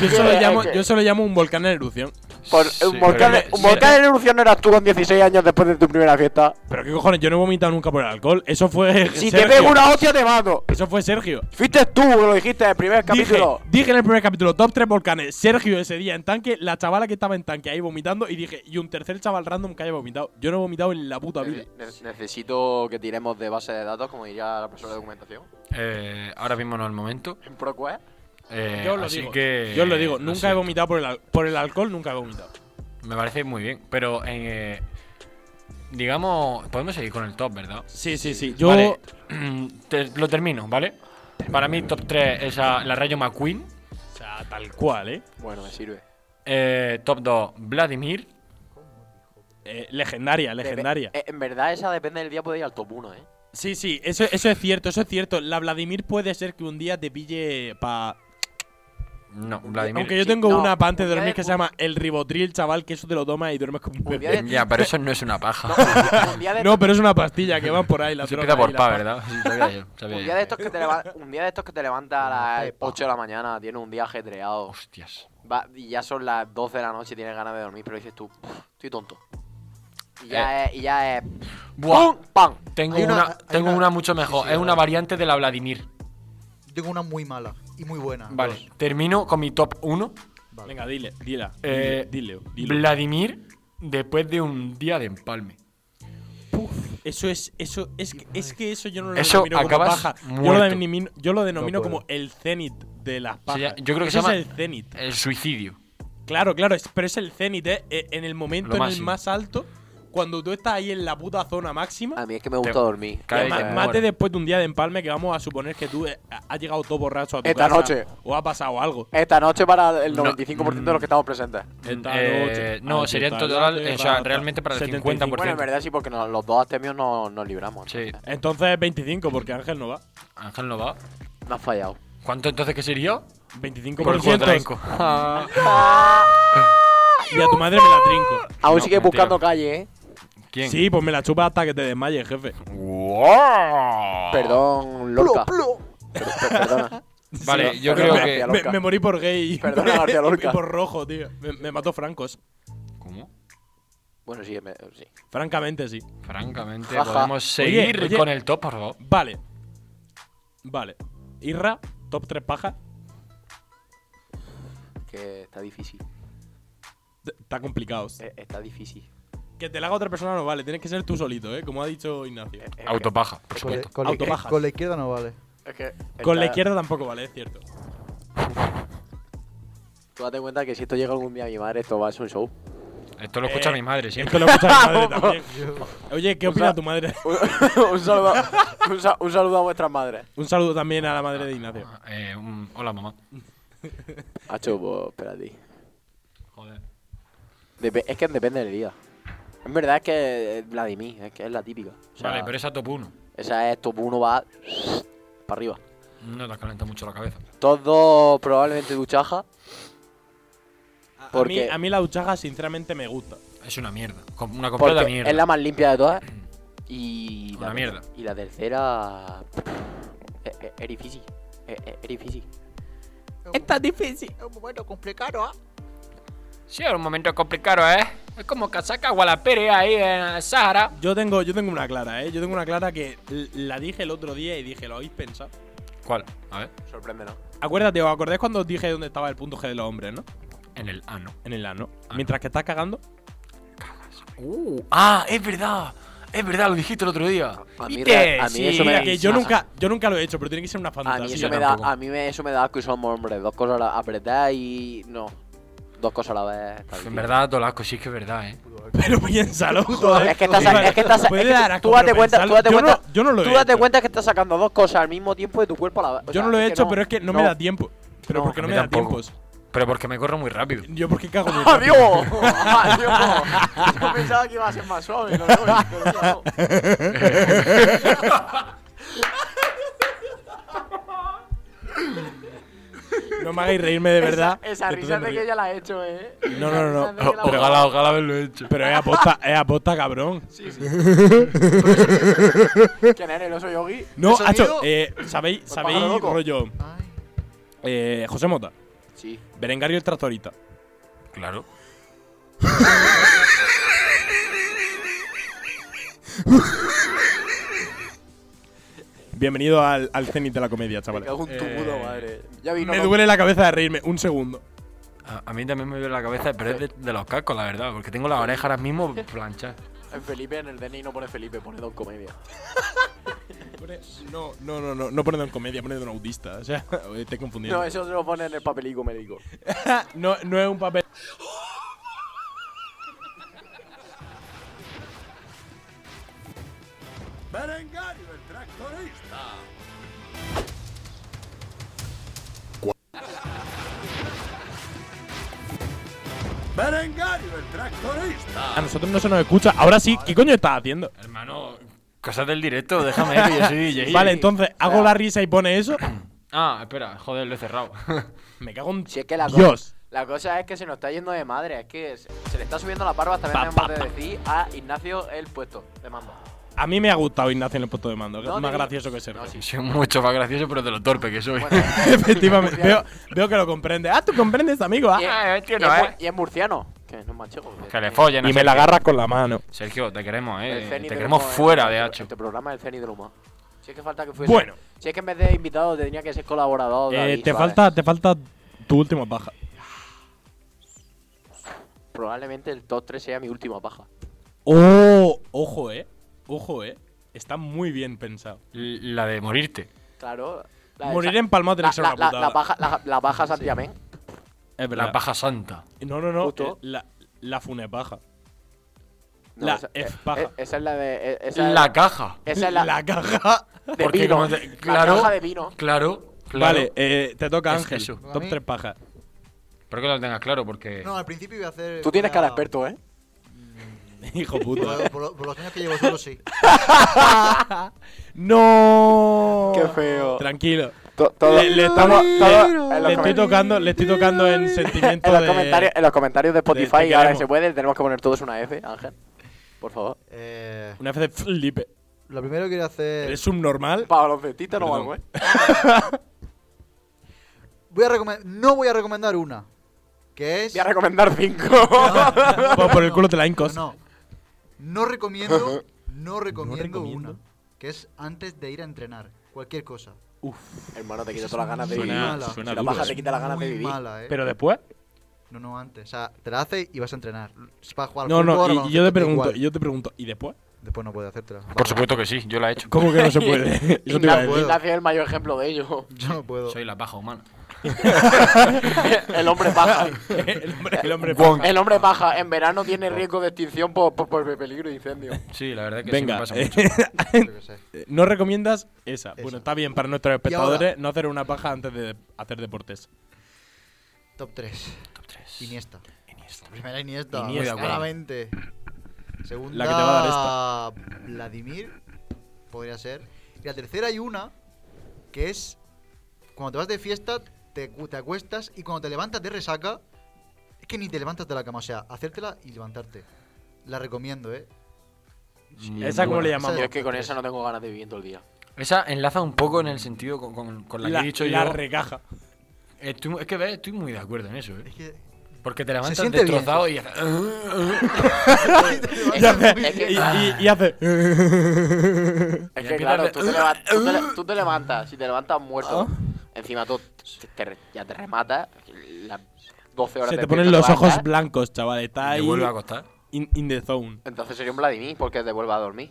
yo solo
Es
llamo,
que-
yo solo llamo un volcán en erupción.
Por,
Sí,
un volcán,
pero-
un volcán
sí.
en erupción no eras tú con 16 años después de tu primera fiesta.
Pero qué cojones, yo no he vomitado nunca por el alcohol. Eso fue.
Si te
Sergio.
pego una hostia, te mato.
Eso fue Sergio.
Fuiste tú que lo dijiste en el primer
Dije,
capítulo.
dije en el primer capítulo, top 3 volcanes. Sergio ese día en tanque, la chavala que estaba en tanque ahí vomitando. Y dije, y un tercer chaval random que haya vomitado. Yo no he vomitado en la puta vida.
necesito que tiremos de base de datos, como diría la profesora de documentación.
Eh, ahora mismo no es el momento.
En ProQuest.
Eh,
Yo os lo
así
digo.
que.
yo os lo digo. Nunca he
así-
vomitado por el, al- por el alcohol, nunca he vomitado.
Me parece muy bien. Pero, eh, digamos, podemos seguir con el top, ¿verdad?
Sí, sí, sí. Yo.
Vale, te- lo termino, ¿vale? Para mí, top 3 es a la Rayo McQueen.
O sea, tal cual, ¿eh?
Bueno, me sirve.
Eh, top 2, Vladimir.
Eh, legendaria, legendaria.
Dep- eh, en verdad, esa depende del día, puede ir al top 1, ¿eh?
Sí, sí, eso, eso es cierto, eso es cierto. La Vladimir puede ser que un día te pille pa.
No, Vladimir.
Aunque yo
sí,
tengo
no,
una pa antes de
un día
dormir
de-
que se llama el ribotril, chaval, que eso te lo tomas y duermes como un
Un día
bebé.
de-
Ya, pero eso no es una paja.
No, un día de,
No, pero es una pastilla que van por ahí. La
Eso
droga
empieza
y
por
la
pa,
pa-
¿verdad? Sí, sabía yo, sabía
un
yo.
día de estos que te leva- un día de estos que te levantas a las 8 de la mañana, tienes un día ajetreado.
Hostias.
va- y ya son las 12 de la noche y tienes ganas de dormir, pero dices tú, "Pff, estoy tonto. Y
Eh.
ya es. Y ya es
Buah,
¡Pum! ¡Pam!
tengo
Hay
una,
una- hay
tengo
una-
una mucho mejor.
sí,
es una
vale.
variante de la Vladimir.
Tengo una muy mala y muy buena.
Vale.
dos.
Termino con mi top 1.
Vale.
Venga, dile, dila.
Eh,
dile, dile.
Vladimir después de un día de empalme.
Eso es, eso es, que- es que eso yo no lo
Eso
denomino como
acabas
paja. Yo lo
muerto.
denomino, yo lo denomino
No puedo.
como el cenit de las
Se
pajas.
llama- yo creo que se
Eso
llama-
es el cenit.
El suicidio.
Claro, claro, es- pero es el cenit, eh, eh, en el momento
Lo
en el
máximo.
más alto, cuando tú estás ahí en la puta zona máxima.
A mí es que me gusta
Te-
dormir.
Cada
Y
vez
Ma-
que
además-
me
mate
muero.
después de un día de empalme que vamos a suponer que tú eh, has llegado todo borracho a tu
Esta
casa
noche.
o ha pasado algo.
Esta noche para el
No.
95% de los que estamos presentes.
Esta
Eh,
noche, Ah,
no,
aunque
sería en
tarde,
total, eh, o sea,
barata.
realmente para el
75.
50%.
Bueno, en verdad sí, porque no- los dos astemios no, nos libramos.
Sí.
entonces.
Entonces 25 porque Ángel no va.
Ángel no va.
Me has fallado.
¿Cuánto entonces que sería?
25
Por el culo te la hinco.
Y a tu madre me la trinco.
Aún
No,
sigues
mentira.
buscando calle, ¿eh?
¿Quién?
Sí, pues me la chupa hasta que te desmayes, jefe.
¡Wow!
Perdón, Lorca. Pero- per- perdona.
Vale,
Sí,
yo
perdón,
creo
García
que.
Me,
Lorca.
me morí por gay.
Perdona, García Lorca.
Y por rojo, tío. Me, me mató Francos.
¿Cómo?
Bueno, sí, me- sí.
Francamente, sí.
Francamente,
Jaja.
podemos
Oye,
seguir
oye.
con el top, por favor.
Vale. Vale. Irra, top 3 paja.
Que está difícil.
T- Está complicado.
Eh, está difícil.
Que te la haga otra persona no vale. Tienes que ser tú solito, ¿eh? Como ha dicho Ignacio.
Eh, eh,
Autopaja, por
Con,
supuesto.
la- con la-
Autobajas.
con la izquierda no vale.
es que
Con la
está-
izquierda tampoco vale, es cierto.
Tú date cuenta que si esto llega algún día a mi madre, esto va a ser un show.
Esto lo escucha
Eh,
mi madre
Esto
siempre.
lo escucha mi madre también. Oye, ¿qué opina tu madre?
un, saludo, un, sa- un saludo a vuestras madres.
Un saludo también a la madre de Ignacio.
Eh, un- hola, mamá.
Hacho, pues, espérate.
Joder.
Depe- es que depende del día. En verdad es que es Vladimir, es que es la típica. O sea,
Vale, pero esa top 1.
Esa es top 1 va para arriba.
No te has calentado mucho la cabeza.
Top 2 probablemente duchaja.
A- A, mí,
Porque-
a mí la duchaja sinceramente me gusta.
Es una mierda. Com- Una completa
Porque
mierda.
es la más limpia de todas. Y
Una mierda.
Y la tercera. Es, es- es difícil. Es, es- es difícil.
Está difícil. Es un momento complicado, ¿ah?
Sí, era un momento complicado, ¿eh? Es como casaca Gualapere ahí en Sahara.
Yo tengo, yo tengo una clara, ¿eh? Yo tengo una clara que l- la dije el otro día y dije, ¿lo habéis pensado?
¿Cuál? A ver.
Sorpréndenos.
Acuérdate, ¿os acordáis cuando os dije dónde estaba el punto G de los hombres, no?
En el ano.
En el ano.
Ah.
Mientras que estás cagando.
Uh, ah, es verdad. Es verdad, lo dijiste el otro día.
A mí,
¿Viste?
ra- Pues a mí
Sí.
eso me-
Mira, que yo
sí.
nunca, yo nunca lo he hecho, pero tiene que ser una
A
fantasía.
mí, eso
yo
me da,
tampoco.
a mí me, eso me da que somos hombres. Dos cosas a la apretar y. No. Dos cosas a la vez. está
En
difícil.
verdad, Tolasco, sí es que es verdad, ¿eh?
Pero piénsalo, joder.
Es que estás. Es que estás.
Puede
es que
dar asco,
tú date
pero
cuenta.
pensarlo.
Tú date
Yo no-
cuenta.
yo no lo he
Tú date
hecho.
cuenta que estás sacando dos cosas al mismo tiempo de tu cuerpo a la vez. O
Yo
sea,
no lo he
es que
hecho, pero es que no, me da tiempo. Pero
No,
porque
a
no
mí
me da
tampoco.
tiempos.
Pero porque me corro muy rápido.
Yo porque cago muy rápido.
¡Adiós! ¡Adiós! Yo pensaba que iba a ser más suave. No, no, no, no.
No me hagáis reírme de verdad.
Esa
que
risa
entonces
de
me
que ya la he hecho, eh.
No, no, no, no.
Esa risa de que la-
Ojalá, ojalá haberlo hecho.
Pero es aposta, es aposta, cabrón.
¿Quién eres? ¿El oso yogi?
No,
¿Eso
hacho,
digo?
eh, ¿sabéis, sabéis
Pues pájaro loco.
rollo?
Ay.
Eh, José Mota,
Sí.
Berengario el Tractorita.
Claro.
Bienvenido al, al cenit de la comedia,
Me
chavales.
cago en tu puta madre. Ya vino.
Eh, Me
¿no?
duele la cabeza de reírme, un segundo.
A, a mí también me duele la cabeza, pero es de, de los cascos, la verdad. Porque tengo las orejas ahora mismo planchadas.
En Felipe, en el DNI no pone Felipe, pone Don Comedia.
Pone- No, no, no, no, no pone Don Comedia, pone Don Autista. O sea, te he confundido.
No, eso se lo pone en el papelico médico.
no, no es un papel. A nosotros no se nos escucha. Ahora sí, ¿qué coño estás haciendo?
Hermano, cosas del directo, déjame ir, yo soy DJ.
Vale, entonces, hago la risa y pone eso.
Ah, espera, joder, lo he cerrado.
Me cago en
Si es que la cosa,
Dios.
la cosa es que se nos está yendo de madre, es que se, se le está subiendo la parva, también
Pa,
tenemos
pa,
de
pa.
decir a Ignacio el puesto de mando.
A mí me ha gustado Ignacio en el puesto de mando, que
No,
es más
digo-
gracioso que Sergio.
No, sí.
soy mucho más gracioso, pero de lo torpe que soy.
Bueno,
Efectivamente,
Murciano.
veo, veo que lo comprende. Ah, tú comprendes, amigo.
y,
ah.
es,
Ah, tío,
y
no,
es mu-
eh.
y es murciano, que no es manchego.
que le follen. a
Y me la
Sergio.
agarras con la mano.
Sergio, te queremos,
El
eh.
Zenit
Te
del
queremos
humo, eh.
fuera de
Este
Hacho.
programa es el Zenit del humo. Si es que falta que fuese.
Bueno.
Si es que en vez de invitado tenía que ser colaborador.
Eh,
David
te,
Suárez.
falta, te falta tu última baja.
Probablemente el top 3 sea mi última paja.
Oh, ojo, eh. Ojo, eh. Está muy bien pensado.
La de morirte.
Claro.
Morir empalmado tiene que ser
la,
una
la-
putada.
la paja, la, la paja Santiamén.
Es
La paja santa.
No, no, no.
Puto.
eh, la, la funepaja.
No,
La
esa-
F paja.
eh, Esa es la de. eh, Esa es
La caja.
Esa es la,
caja.
de
Porque
vino.
como te- claro.
La caja de vino.
Claro, claro.
Vale, eh, te toca
Es
Ángel.
eso.
¿A
Top
mí?
3 pajas.
Espero que lo tengas claro, porque.
No, al principio iba a hacer.
Tú tienes
una-
cara de experto, ¿eh?
Hijo puto.
Por, por lo- por los años que llevo solo, sí.
¡No!
feo.
Tranquilo.
To- todo-
Le- le
todo-
estamos-
todo- en los
Le estoy
comen-
tocando, le estoy tocando en
en
sentimiento
los,
de.
comentarios, en los comentarios de
te
Spotify, ahora que
queremos.
se puede, tenemos que poner todos una F, Ángel. Por favor.
Eh,
Una F de Felipe.
lo primero que quiero hacer.
¿Eres subnormal?
Para baloncestista no
Perdón.
valgo, ¿eh?
Voy a recomendar. No voy a recomendar una. Que es.
Voy a recomendar cinco.
Por- por el culo te la hincos.
No, no. No recomiendo. No recomiendo
recomiendo.
una. Que es antes de ir a entrenar. Cualquier cosa.
Hermano, te quito todas las ganas de
Muy
vivir.
Suena-
mala.
suena
Si la
duro,
paja
eh.
te quita las ganas
Muy
de vivir.
mala, eh.
Pero después.
No, no, antes. O sea, te la hace y vas a entrenar. Es para jugar al
No,
fútbol,
no, y-
al
y yo te
baloncesto,
pregunto,
igual.
yo te pregunto, ¿y después?
Después no puede hacértela.
Por supuesto que sí, yo la he hecho.
¿Cómo que no se puede? Eso te iba a
Ignacio
decir.
Ignacio es el mayor ejemplo de ello.
Yo no puedo.
Soy la paja humana.
el hombre paja.
El hombre, el hombre
El hombre paja en verano tiene riesgo de extinción por, por- por peligro de incendio.
Sí, la verdad es que sí me
Venga,
pasa
eh,
mucho.
Yo qué sé.
no recomiendas esa. Bueno,
Esa.
está bien para nuestros
Y ahora-
espectadores no hacer una paja antes de hacer deportes.
Top 3.
Top tres.
Iniesta. La primera Iniesta.
Iniesta.
Pues
Muy de acuerdo.
claramente. Segunda.
La que te va
a dar esta. Vladimir. Podría ser. Y la tercera hay una. Que es. Cuando te vas de fiesta, te, cu- te acuestas y cuando te levantas de resaca. Es que ni te levantas de la cama. O sea, hacértela y levantarte. La recomiendo, eh.
Mm,
¿Esa cómo
bueno.
le llamamos?
Yo es que con esa no tengo ganas de vivir todo el día.
Esa enlaza un poco en el sentido con, con- con la, que
La,
he dicho
la
yo.
recaja.
Estoy mu- es que ves, estoy muy de acuerdo en eso, eh.
Es que.
Porque te levantas
siente bien.
destrozado y haces.
Es,
Y hace,
es que,
y, y- y hace-
es
y
que,
empiezas
claro,
de-
tú te, leva- tú te le- tú te levantas, si te levantas muerto, encima tú te- te- ya te rematas, las 12 horas
se te
despierto
ponen los
levantas,
ojos blancos, chaval. Está
Te
ahí
vuelve a acostar.
in, in the zone.
Entonces sería un Vladimir porque te vuelve a dormir.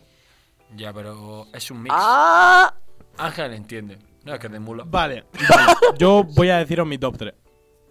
Ya, pero es un mix.
¡Ah!
Ángel entiende. No, es que es de mula.
Vale, vale. Yo voy a deciros mi top 3.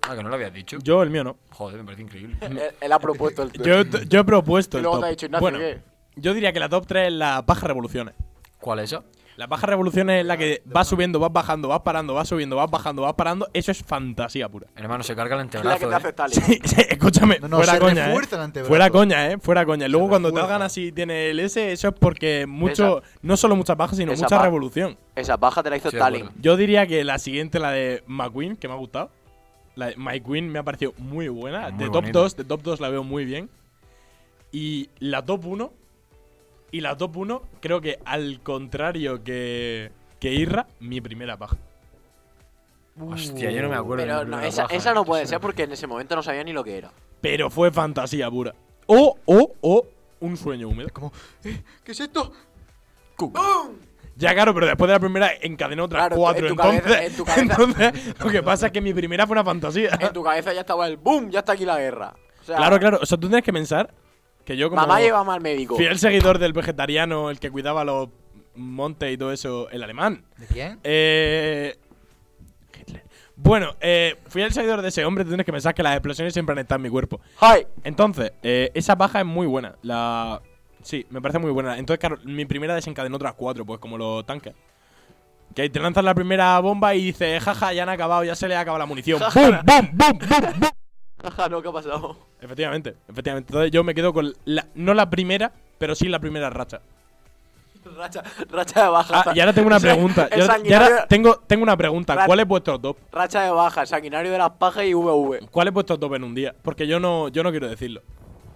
Ah, que no lo habías dicho.
Yo, el mío no.
Joder, me parece increíble.
Él, él ha propuesto el
Mm. Yo, yo he propuesto
Y
el
luego
top.
te ha dicho, Ignacio,
bueno,
¿qué?
yo diría que la top 3 es la paja revoluciones.
¿Cuál es esa?
La baja revolución es la que vas subiendo, vas bajando, vas parando, vas subiendo, vas bajando, vas parando. Eso es fantasía pura.
Hermano, se carga el
la que
antebrazo.
te hace
eh.
Stalin.
Sí, sí, escúchame,
No, no,
fuera
se
coña.
refuerza
eh.
el antebrazo.
Fuera coña, eh. Fuera coña. Luego cuando te
refuerza.
hagan así tiene el S, eso es porque mucho, no solo muchas bajas, sino
Esa
mucha
pa-
revolución.
Esa baja te la hizo
Sí, de
Stalin.
acuerdo.
Yo diría que la siguiente, la de McQueen, que me ha gustado. La de McQueen me ha parecido muy buena.
Es muy
de top
bonita.
2, de top 2 la veo muy bien. Y la top 1. Y la top 1, creo que al contrario que, que Irra, mi primera paja.
Hostia, yo no me acuerdo.
Pero
de
no,
la
esa,
baja,
esa
eh.
no puede ser porque en ese momento no sabía ni lo que era.
Pero fue fantasía pura. O, o, o, un sueño húmedo.
Como. ¿eh? ¿Qué es esto?
Ya, claro, pero después de la primera encadenó otras
Claro, en tu-
cuatro.
en tu
entonces,
cabeza- en tu cabeza.
entonces, lo que pasa es que mi primera fue una fantasía.
En tu cabeza ya estaba el boom, ya está aquí la guerra. O sea,
Claro, claro. O sea, tú tienes que pensar que yo como
Mamá lleva mal médico.
fiel seguidor del vegetariano, el que cuidaba los Monte y todo eso, el alemán.
¿De quién?
Eh, Hitler. Bueno, eh, fui al seguidor de ese hombre, tú tienes que pensar que las explosiones siempre han estado en mi cuerpo.
¡Hi!
Entonces, eh, esa baja es muy buena. La. Sí, me parece muy buena. Entonces, claro, mi primera desencadenó otras cuatro, pues como los tanques. Que te lanzas la primera bomba y dices, jaja, ya han acabado, ya se le ha acabado la munición. ¡Bum, bum, bum, bum, bum!
Ajá, no, ¿qué ha pasado?
Efectivamente, efectivamente. Entonces yo me quedo con la, no la primera, pero sí la primera racha.
Racha, racha de baja.
Ah, y ahora tengo una
El sang-
pregunta.
el
Y ahora, y ahora
sanguinario-
tengo, tengo una pregunta.
Racha.
¿Cuál es vuestro top?
Racha de baja, sanguinario de las pajas y VV.
¿Cuál es vuestro top en un día? Porque yo no, yo no quiero decirlo.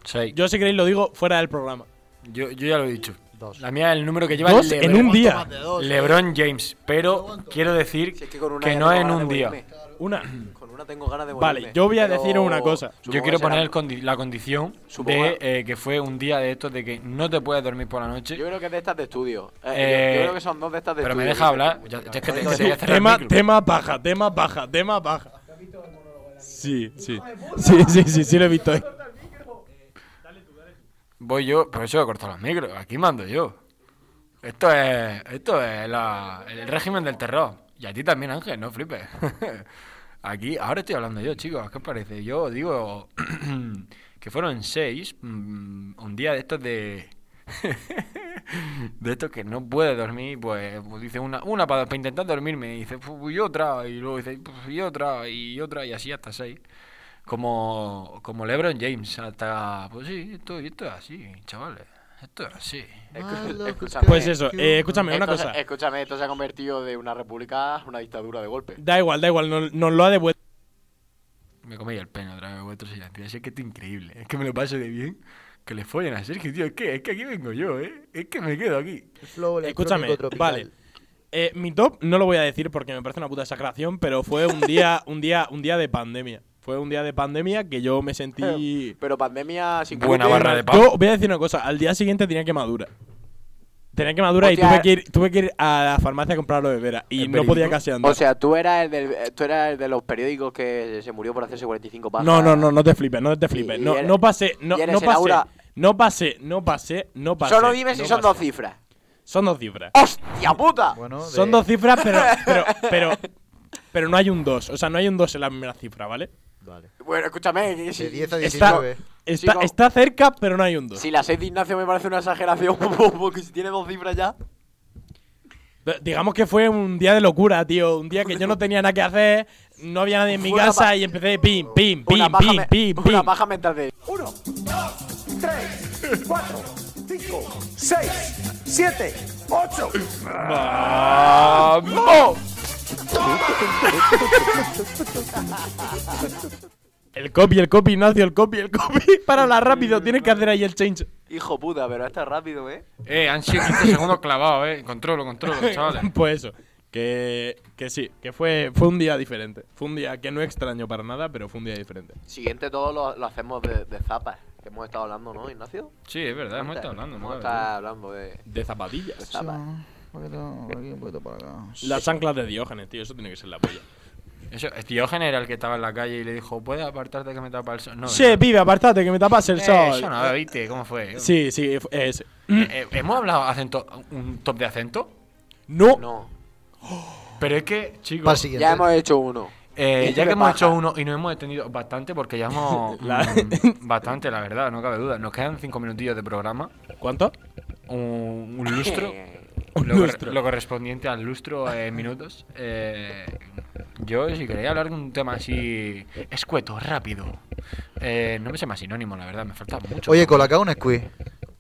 Seis.
Yo si queréis lo digo fuera del programa.
Yo, yo ya lo he dicho.
Dos.
La mía es el número que lleva
Dos
Lebron-
en un día.
Más de dos.
LeBron James. Pero quiero decir
Si es
que,
que con una ya
no es
tengo
en
ganas
un
de
día.
morirme.
Una.
Con una tengo ganas de
Vale,
morirme.
yo voy a
pero
deciros una cosa. Yo
Yo
supongo
quiero
que será-
poner el condi- la condición
Supongo
de
que-
eh, que fue un día de estos de que no te puedes dormir por la noche.
Yo creo que es de estas de estudio. Eh,
Eh,
yo, yo creo que son dos de estas de
Pero
estudio.
me deja hablar. Ya, ya es que te, que te voy a cerrar el
Tema,
micro.
tema baja, tema baja, tema baja. Sí, sí. Sí, sí, sí, sí lo he visto.
Voy yo, por eso he cortado los micros. Aquí mando yo. Esto es, esto es la- el régimen del terror. Y a ti también, Ángel, no flipes. Aquí, ahora estoy hablando yo, chicos. ¿Qué os parece? Yo digo que fueron seis. mm, Un día de estos de. de estos que no puede dormir, pues, pues dice una, una para, para intentar dormirme. Y dice, "Fu- y otra. Y luego dice, "Puf, y otra. Y otra. Y así hasta seis como, como LeBron James, hasta. Pues sí, esto, esto es así, chavales. Esto es así.
Escu- Escúchame.
Pues eso, eh, escúchame, una
Esto se-
cosa.
Escúchame, esto se ha convertido de una república a una dictadura de golpe.
Da igual, da igual, nos, nos lo ha devuelto.
Me comí el pene otra vez, vuestro silencio. Es que esto es increíble. Es que me lo paso de bien. Que le follen a Sergio, tío. Es que, es que aquí vengo yo, ¿eh? Es que me quedo aquí.
Flow
Escúchame,
electrónico tropical.
vale. Eh, mi top no lo voy a decir porque me parece una puta exageración, pero fue un día, un día, un día de pandemia. Fue un día de pandemia que yo me sentí.
Pero pandemia sin
Buena
gluten,
barra de pan.
Yo voy a decir una cosa, al día siguiente tenía quemadura. Tenía quemadura y
Hostia. eh.
tuve que ir, tuve que ir a la farmacia a comprarlo de vera. Y
¿El
no podía
periódico?
casi andar.
O sea, tú eras el, del, eh, tú eras el de los periódicos que se murió por hacerse 45 pajas.
No, no, no, no te flipes, no te flipes.
Y- y
No,
eres-
no pasé, no,
y eres
no
el
pasé.
aura.
No pasé, no pasé, no pasé.
Solo dime si
no
son
pasé.
dos cifras. Oh,
Son dos cifras.
¡Hostia puta!
Bueno, de-
Son dos cifras, pero, pero, pero, pero no hay un 2. O sea, no hay un 2 en la primera cifra, ¿vale?
Vale.
Bueno, escúchame. que
De
si-
10 a
Está,
19.
está,
Sigo.
está cerca, pero no hay un 2.
Si la 6 de Ignacio me parece una exageración, porque si tiene dos cifras ya.
D- Digamos que fue un día de locura, tío. Un día que yo no tenía nada que hacer, no había nadie en mi
Fue una
casa
pa-
y empecé pim, pim, pim,
Una paja,
pim,
me-
pim, pim.
una paja mental de.
1, 2, 3, 4, 5, 6, 7, 8.
El copy, el copy, Ignacio, el copy, el copy. Párala rápido, tienes que hacer ahí el change.
Hijo puta, pero está rápido, ¿eh?
Eh, han sido 15 segundos clavados, ¿eh? Controlo, controlo, chavales.
Pues eso, que, que sí, que fue, fue un día diferente. Fue un día que no extraño para nada, pero fue un día diferente.
Siguiente todo lo, lo hacemos de, de zapas, que hemos estado hablando, ¿no, Ignacio?
Sí, es verdad, hemos estado hablando.
Hemos
¿no?
estado hablando de,
De zapatillas.
de zapas.
Las chanclas de Diógenes, tío, eso tiene que ser la polla.
Eso, es Diógenes era el que estaba en la calle y le dijo, ¿puedes apartarte que me tapa el sol? No,
Che, pibe, apartate, que me tapas el
Ah, eh,
sol.
Eso no, ¿viste? ¿Cómo fue?
Sí, sí, fu- ese.
Eh, eh, ¿Hemos hablado acento, un top de acento?
No,
No.
Pero es que, chicos...
Para el siguiente.
Ya hemos hecho uno.
Eh,
Este
ya que
me
hemos
baja.
hecho uno y nos hemos detenido bastante, porque ya hemos.
La-
mm, bastante, la verdad, no cabe duda. Nos quedan cinco minutillos de programa.
¿cuánto?
Un, un lustro.
Un
lo, cor-
lustro.
lo correspondiente al lustro en minutos. Eh, yo, si quería hablar de un tema así. escueto, rápido. Eh, no me sé más sinónimo, la verdad, me falta mucho.
Oye, Colacao un squeeze.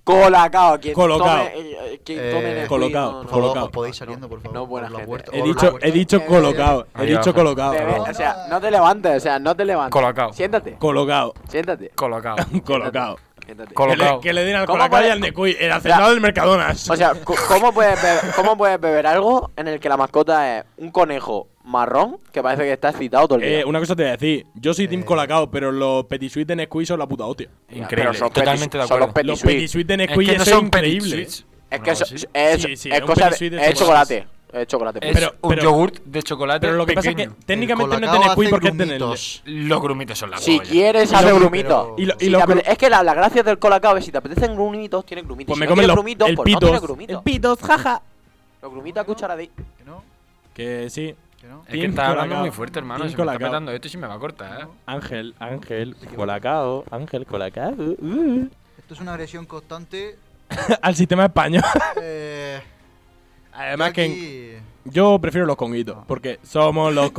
Colacao, quien
Colocao.
tome, eh, eh, quien
Eh,
tome en el
colocao,
juicio, no, no,
colocao.
Por favor,
no,
Os podéis
no,
saliendo, por favor.
No, buena
por la
gente.
puerta,
He
por la
dicho,
puerta.
he dicho colocado, he
Ahí
dicho
abajo.
colocado.
Te ve- o sea, no te levantes, o sea, no te levantes.
Colocao.
Siéntate,
Colocado,
siéntate.
Colocado.
colocado.
siéntate.
Colo-
Que le,
Colocao.
que le den al
¿Cómo
colocado y
puede-
al Necuy, el hacendado del Mercadona.
O sea, co- ¿cómo puedes, beber, ¿cómo puedes beber algo en el que la mascota es un conejo marrón que parece que está excitado todo el día?
Eh, una cosa te voy a decir, yo soy
Eh.
Team Colacao, pero los petit suites de Nesquik son la puta hostia.
Pero
Increíble,
son
totalmente
petit-
de
son
acuerdo.
Petit
Los
Suisse.
petit suites de
Es
Nesquik
que no
son
son petit
increíbles.
sweets.
Es que
Bueno,
eso,
sí.
es, es,
Sí, sí, es un
cosa
petit suite
de,
de
es chocolate. Es chocolate.
Es
Pero-
un
pero-
yogurt de chocolate.
Pero lo que pasa es que
pequeño.
técnicamente
El
no es
Colacao
de Nesquik
hace
porque es de Nestlé.
grumitos.
Los grumitos son la
si
polla.
quieres,
Yo
hace
creo,
grumitos.
pero-
Y, lo- y
Si
los
te
gru-
apete- es que la, la gracia del colacao es si te apetecen grumitos, tienes grumitos.
Pues
si
me
no
comen
tienes
los
grumitos,
el
pues
pitos.
no tienes grumitos.
El pitos, jaja.
Los grumitas cucharadí.
Que no,
Que sí.
que no.
Es
Tim
que está hablando
Colacao.
muy fuerte, hermano. Se
Tim
me está
Colacao.
petando esto y se me va a cortar, ¿eh?
Ángel, Ángel, colacao, Ángel, colacao. uh.
Esto es una agresión constante.
Al sistema español.
Eh,
Además
yo
que en-
aquí-
yo prefiero los conguitos, porque somos los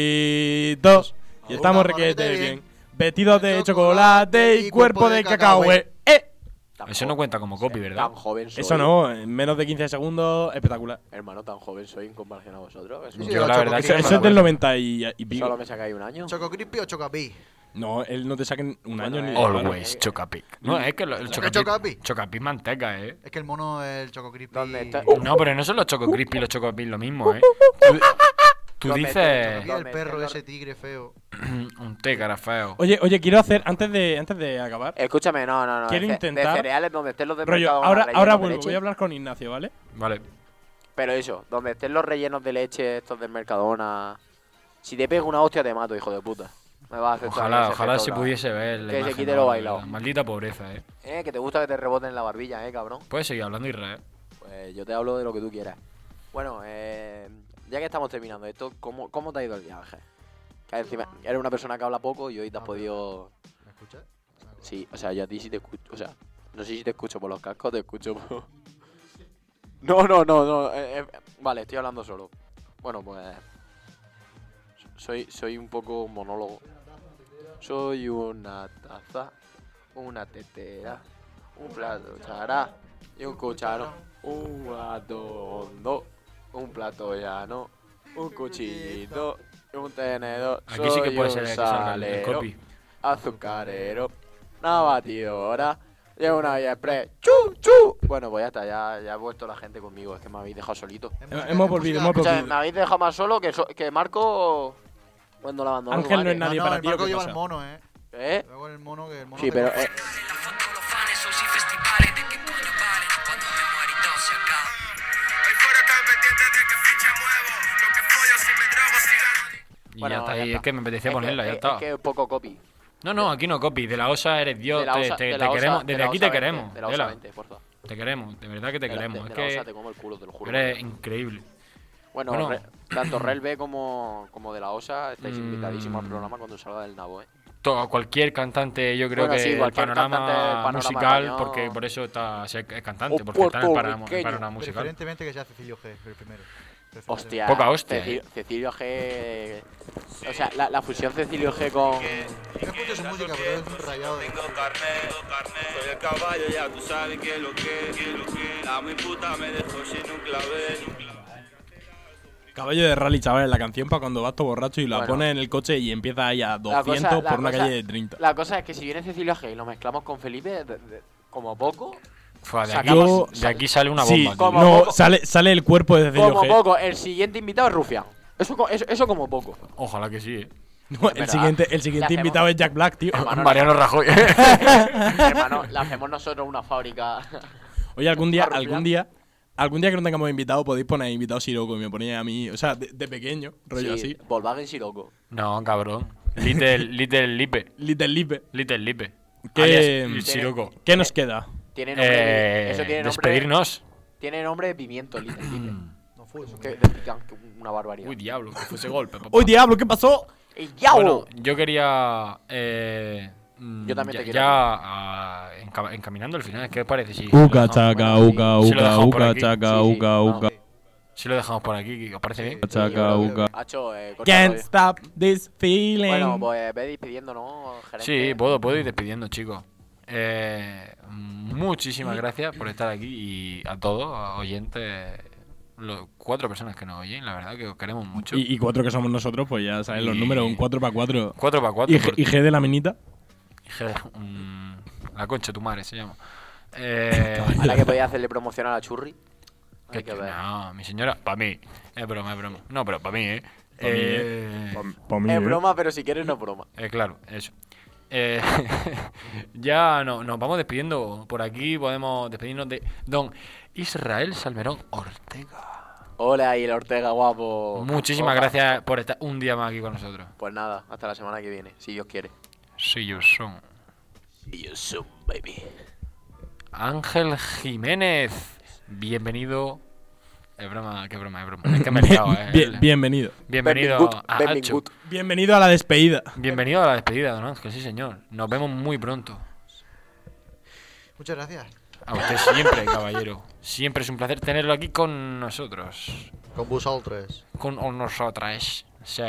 conguitos. Y
Una
estamos
maleta
requete
bien.
bien. Vestidos de chocolate y cuerpo de cacahuete.
cacahuete.
¡Eh!
Tan
Eso
jo-
no cuenta como copy, ¿verdad?
Tan joven soy.
Eso no, en menos de 15 segundos, espectacular.
Hermano, tan joven soy en comparación a vosotros. Eso,
Sí, sí,
Yo la
Choco
verdad que
Eso,
Crispy.
me
eso
la
es del
voy
90 y, y pico.
Solo me sacáis un año.
¿Choco Crispy o Chocapi?
No, él no te saquen un
Bueno,
año ni
eh,
de
a-
palo.
Always Chocapic. No, es que lo- el Chocapic.
Chocapic?
Chocapic manteca, ¿eh?
Es que el mono es el Choco Crispy.
¿Dónde está?
No, pero no son los Choco Crispy y los Choco Pin lo mismo, ¿eh? Tú, tú
Los
dices
Y el
¿Dónde
perro
está?
de ese tigre feo.
un té, cara feo.
Oye, oye, quiero hacer, antes de, antes de acabar,
Escúchame, no, no, no.
Quiero
de ce-
intentar-
De cereales donde estén los de
rollo,
mercado
ahora,
con
ahora
rellenos de
vuelvo, voy
leche.
a hablar con Ignacio, ¿vale?
Vale.
Pero eso, donde estén los rellenos de leche estos del Mercadona. Si te pego una hostia te mato, hijo de puta. Me vas a hacer
Ojalá,
ese
ojalá
gesto,
se
la-
pudiese ver. la
Que se
imagen,
quite
¿no?
lo
La
bailado.
verdad. Maldita pobreza, ¿eh?
Eh, que te gusta que te reboten en la barbilla, eh, cabrón.
Puedes seguir hablando, Israel.
Pues yo te hablo de lo que tú quieras. Bueno, eh, ya que estamos terminando esto, ¿cómo, cómo te ha ido el viaje? Que encima eres una persona que habla poco y hoy te has
Ah,
podido...
¿Me escuchas?
Sí, o sea, yo a ti sí te escucho, o sea, no sé si te escucho por los cascos, te escucho por... No, no, no, no, eh, eh, vale, estoy hablando solo. Bueno, pues... Soy, soy un poco monólogo. Soy una taza, una tetera, un plato chará y un cucharón. Un plato hondo, un plato llano, un cuchillito, un tenedor.
Aquí sí que
Soy
puede
un
ser que salga el- el
salero
copy.
azucarero, una batidora y una vía express. ¡Chu, chu! Bueno, pues ya está, ya, ya ha vuelto la gente conmigo, es que me habéis dejado solito.
Es
Hemos
música- es
volvido,
música-
hemos
O
volvido.
sea, me habéis dejado más solo que, so- que Marco cuando la abandonó.
Ángel
su
no es
madre.
nadie
No, no,
para
el
ti, ¿o
Marco
qué
lleva
pasa?
el mono, eh.
¿Eh?
Luego el mono que el mono.
Sí,
te-
pero... eh,
Y
Bueno,
ya está
ya
ahí.
está.
Es que me apetecía
es que-
ponerla, ya
es-
está.
Es que es poco copy.
No, no, aquí no copy. De la OSA eres Dios.
De la
te-
osa-
te-
de
te
la osa-
queremos.
de
Desde
la
aquí
osa
te
20,
queremos.
De la
Tela.
osa 20, porfa.
Te queremos. De verdad que te
De la-
queremos.
de-
Es
de la osa te
que
como el culo, te lo juro.
eres increíble.
Bueno,
Bueno.
re- tanto Rel B como, como de la OSA estáis
Mm.
invitadísimos al programa cuando salga del Nabo, ¿eh?
Todo, cualquier cantante, yo creo
Bueno,
que
sí,
el,
cualquier
panorama
cantante del panorama
musical,
español.
porque por eso está, es cantante,
O
porque está en el panorama,
puertorriqueño.
el panorama musical.
Preferentemente que sea Cecilio G, el primero. Preferentemente.
Hostia.
Poca hostia,
Ceci-
eh.
Cecilio G. O sea, la, la fusión Cecilio G con.
No escucho su música, pero es un rayado. de-
Tengo carnet, soy el caballo, ya tú sabes que lo que, que lo que. A mi puta me dejó sin un clavel.
Caballo de rally, chavales, la canción para cuando vas todo borracho y la
Bueno.
pones en el coche y empieza ahí a
la
200
cosa- la
por una
cosa-
calle de 30.
La cosa es que si viene Cecilio G y lo mezclamos con Felipe, de- de- como poco,
Fua, de, aquí,
Sacamos-
de aquí sale una
sí,
bomba. tío.
Como
no,
poco.
sale, sale el cuerpo de Cecilio
como
G.
poco, el siguiente invitado es Rufián. Eso, co- eso, eso como poco.
Ojalá que sí. eh.
No, el
verdad.
siguiente, el
Le
siguiente
hacemos-
invitado es Jack Black, tío.
Hermano,
Mariano Rajoy.
hermano, le hacemos nosotros una fábrica.
Oye, algún día,
Arrufián.
algún día, algún día que no tengamos invitado, podéis poner invitado Siroco y me ponéis a mí, o sea, de, de pequeño, rollo
sí,
así.
Volkswagen Siroco.
no, cabrón. Little, Little Lipe.
Little Lipe.
Little Lipe.
¿Qué,
Alias Siroco.
¿Qué nos queda?
Tiene nombre. de-
Eh,
eso tiene nombre.
despedirnos.
Tiene nombre de pimiento, Little Lipe.
Mm.
No fue eso.
Que- de pican- que una barbaridad.
Uy, diablo, que fuese golpe. papá.
¡Uy, diablo! ¿Qué pasó?
¡Ey, yao!
Bueno, yo quería. eh, mm,
oh. Yo también te
ya,
quiero.
ya, ah, enca- encaminando al final, ¿qué os parece? Si, si lo
Uca,
dejamos-
chaca,
bueno, sí.
uca,
Sí, lo
uca,
dejamos por
uca,
aquí.
chaca,
Sí, sí,
uca,
vamos.
uca.
si lo dejamos por aquí, ¿os parece bien?
Chaca, uca.
Hacho, eh, corta
Can't
rollo.
stop this feeling.
Bueno, pues ve despidiéndonos, gerente.
Sí, pues. puedo, puedo ir despidiendo, chicos. Eh, muchísimas gracias por estar aquí y a todos, a oyentes, los cuatro personas que nos oyen, la verdad que os queremos mucho.
y, y cuatro que somos nosotros, pues ya sabes los
Y-
números, un 4 para 4.
Cuatro para cuatro.
Y, G-
por-
y G de la minita.
Joder, mm, la concha de tu madre se llama. Eh,
Ahora que podía hacerle promoción a la churri.
que-
Hay que ver.
no, mi señora, para mí. Es broma, es broma. No, pero para mí, ¿eh?
Pa' mí,
Eh,
Es broma, pero si quieres no es broma.
Eh, claro, eso. Eh, ya no, nos vamos despidiendo. Por aquí podemos despedirnos de don Israel Salmerón Ortega.
Hola, y el Ortega, guapo.
Muchísimas
Opa.
gracias por estar un día más aquí con nosotros.
Pues nada, hasta la semana que viene, si Dios quiere.
Sí, yo son.
Y yo soy baby.
Ángel Jiménez, bienvenido Es broma, qué broma, es broma. Es que me he liado, eh.
Bien- bienvenido.
Bienvenido a Acho.
Benvingut.
Bienvenido a la despedida.
Bienvenido a la despedida, don Ángel, sí señor. Nos vemos muy pronto.
Muchas gracias.
A usted siempre, caballero. Siempre es un placer tenerlo aquí con nosotros.
Con vosotros.
Con o nosotras. Sí.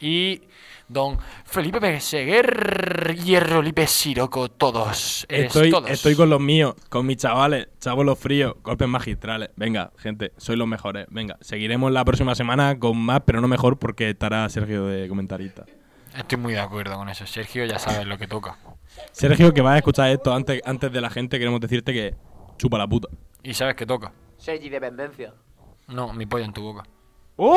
Y don Felipe Seguer, Hierro Lipe Siroco, todos. Eres
Estoy,
todos.
estoy con los míos, con mis chavales, chavos los fríos, golpes magistrales. Venga, gente, sois los mejores. Venga, seguiremos la próxima semana con más, pero no mejor porque estará Sergio de comentarista.
Estoy muy de acuerdo con eso. Sergio ya sabes lo que toca.
Sergio, que vas a escuchar esto antes, antes de la gente, queremos decirte que chupa la puta.
Y sabes que toca.
Sergi Dependencia.
No, mi pollo en tu boca.
¡Oh!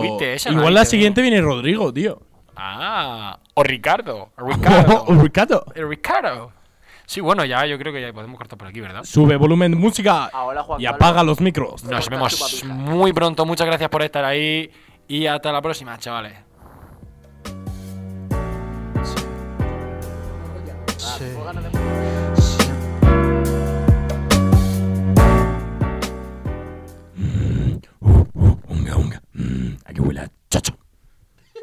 Oh, viste, esa no
Igual
la
la
hice,
siguiente viene Rodrigo, tío.
Ah, o Ricardo. Ricardo.
Oh, Ricardo.
Eh, Ricardo. Sí, bueno, ya yo creo que ya podemos cortar por aquí, ¿verdad?
Sube volumen de música
Ahora, Juan
y
Carlos.
apaga los micros.
Nos
Corta
vemos
tu papita.
muy pronto. Muchas gracias por estar ahí. Y hasta la próxima, chavales.
Sí.
Unga, unga. Mm, aquí huele a